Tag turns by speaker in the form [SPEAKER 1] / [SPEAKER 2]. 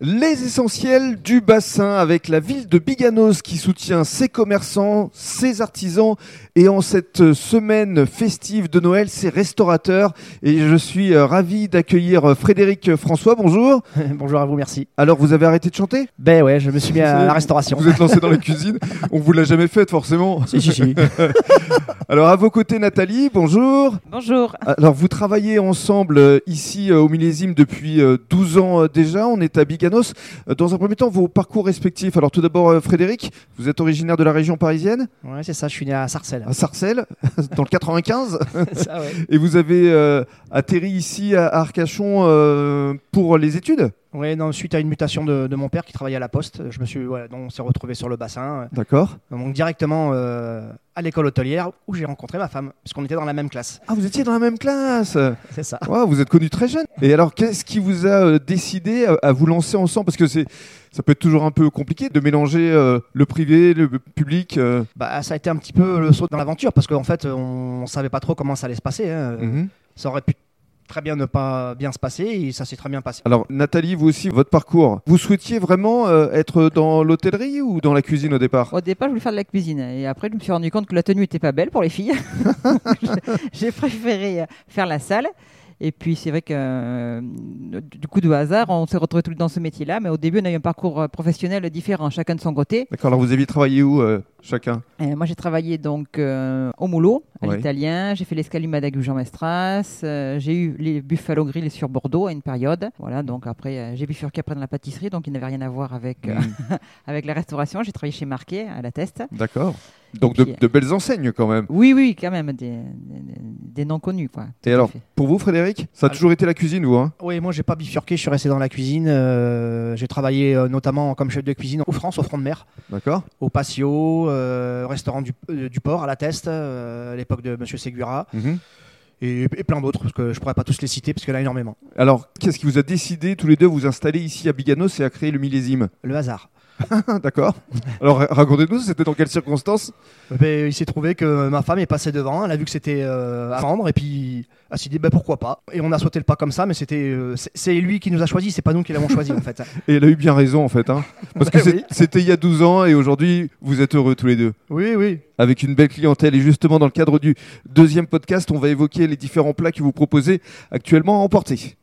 [SPEAKER 1] Les essentiels du bassin avec la ville de Biganos qui soutient ses commerçants, ses artisans et en cette semaine festive de Noël, ses restaurateurs. Et je suis euh, ravi d'accueillir euh, Frédéric François. Bonjour.
[SPEAKER 2] Bonjour à vous, merci.
[SPEAKER 1] Alors, vous avez arrêté de chanter
[SPEAKER 2] Ben ouais, je me suis mis à la restauration.
[SPEAKER 1] Vous êtes lancé dans la cuisine. On vous l'a jamais faite forcément.
[SPEAKER 2] Si, si, si.
[SPEAKER 1] Alors, à vos côtés, Nathalie. Bonjour.
[SPEAKER 3] Bonjour.
[SPEAKER 1] Alors, vous travaillez ensemble euh, ici euh, au millésime depuis euh, 12 ans euh, déjà. On est à Biganos. Euh, Dans un premier temps, vos parcours respectifs. Alors, tout d'abord, euh, Frédéric, vous êtes originaire de la région parisienne,
[SPEAKER 2] Ouais, c'est ça, je suis né à Sarcelles.
[SPEAKER 1] à Sarcelles, dans le 95.
[SPEAKER 2] Ça, ouais.
[SPEAKER 1] Et vous avez euh, atterri ici à Arcachon euh, pour les études
[SPEAKER 2] Ouais, non, suite à une mutation de, de mon père qui travaillait à la poste, je me suis, voilà, donc on s'est retrouvé sur le bassin,
[SPEAKER 1] D'accord.
[SPEAKER 2] euh, donc directement euh, à l'école hôtelière où j'ai rencontré ma femme, puisqu'on était dans la même classe.
[SPEAKER 1] Ah, vous étiez dans la même classe
[SPEAKER 2] C'est ça.
[SPEAKER 1] Waouh, vous êtes connus très jeune. Et alors, qu'est-ce qui vous a euh, décidé à, à vous lancer ensemble Parce que c'est, ça peut être toujours un peu compliqué de mélanger euh, le privé, le public. euh.
[SPEAKER 2] Bah, ça a été un petit peu le saut dans l'aventure, parce qu'en fait, on, on savait pas trop comment ça allait se passer. hein.
[SPEAKER 1] Mhm.
[SPEAKER 2] Ça aurait pu très bien ne pas bien se passer, et ça s'est très bien passé.
[SPEAKER 1] Alors, Nathalie, vous aussi, votre parcours. Vous souhaitiez vraiment euh, être dans l'hôtellerie ou dans la cuisine au départ
[SPEAKER 3] Au départ, je voulais faire de la cuisine et après, je me suis rendu compte que la tenue était pas belle pour les filles. J'ai préféré euh, faire la salle. Et puis, c'est vrai que euh, du coup de hasard, on s'est retrouvés tous les deux dans ce métier-là. Mais au début, on a eu un parcours euh, professionnel différent, chacun de son côté.
[SPEAKER 1] D'accord, alors vous aviez travaillé où euh, chacun
[SPEAKER 3] Euh, moi, j'ai travaillé donc euh, au moulot, à
[SPEAKER 1] Ouais.
[SPEAKER 3] l'italien. J'ai fait l'escalimada avec Jean Mestras. Euh, j'ai eu les Buffalo Grill sur Bordeaux à une période. Voilà, donc après, euh, j'ai bifurqué après dans la pâtisserie, donc il n'avait rien à voir avec, euh,
[SPEAKER 1] Hmm,
[SPEAKER 3] avec la restauration. J'ai travaillé chez Marquet à la Teste.
[SPEAKER 1] D'accord. Donc, de,
[SPEAKER 3] puis, euh,
[SPEAKER 1] de belles enseignes quand même.
[SPEAKER 3] Oui, oui, quand même, des, des, des noms connus, quoi.
[SPEAKER 1] Et alors, pour vous, Frédéric, ça a toujours été la cuisine, vous hein
[SPEAKER 2] Oui, moi j'ai pas bifurqué, je suis resté dans la cuisine. euh, j'ai travaillé euh, notamment comme chef de cuisine en France, au front de mer,
[SPEAKER 1] D'accord
[SPEAKER 2] au patio, euh, au restaurant du, euh, du port, à la Teste, euh, à l'époque de Monsieur Segura,
[SPEAKER 1] Mhm.
[SPEAKER 2] et, et plein d'autres, parce que je pourrais pas tous les citer, parce qu'il y en a énormément.
[SPEAKER 1] Alors, qu'est-ce qui vous a décidé tous les deux à vous installer ici à Biganos et à créer le millésime
[SPEAKER 2] Le hasard.
[SPEAKER 1] Ah, D'accord. Alors, ra- racontez-nous, c'était dans quelles circonstances
[SPEAKER 2] Eh ben, il s'est trouvé que ma femme est passée devant, elle a vu que c'était euh, à vendre, et puis elle s'est dit ben, pourquoi pas. Et on a sauté le pas comme ça, mais c'était euh, c'est- c'est lui qui nous a choisi, c'est pas nous qui l'avons choisi en fait.
[SPEAKER 1] Et elle a eu bien raison, en fait. Hein Parce que
[SPEAKER 2] Bah
[SPEAKER 1] c'est-
[SPEAKER 2] oui.
[SPEAKER 1] c'était il y a 12 ans et aujourd'hui, vous êtes heureux tous les deux.
[SPEAKER 2] Oui, oui.
[SPEAKER 1] avec une belle clientèle. Et justement, dans le cadre du deuxième podcast, on va évoquer les différents plats que vous proposez actuellement à emporter.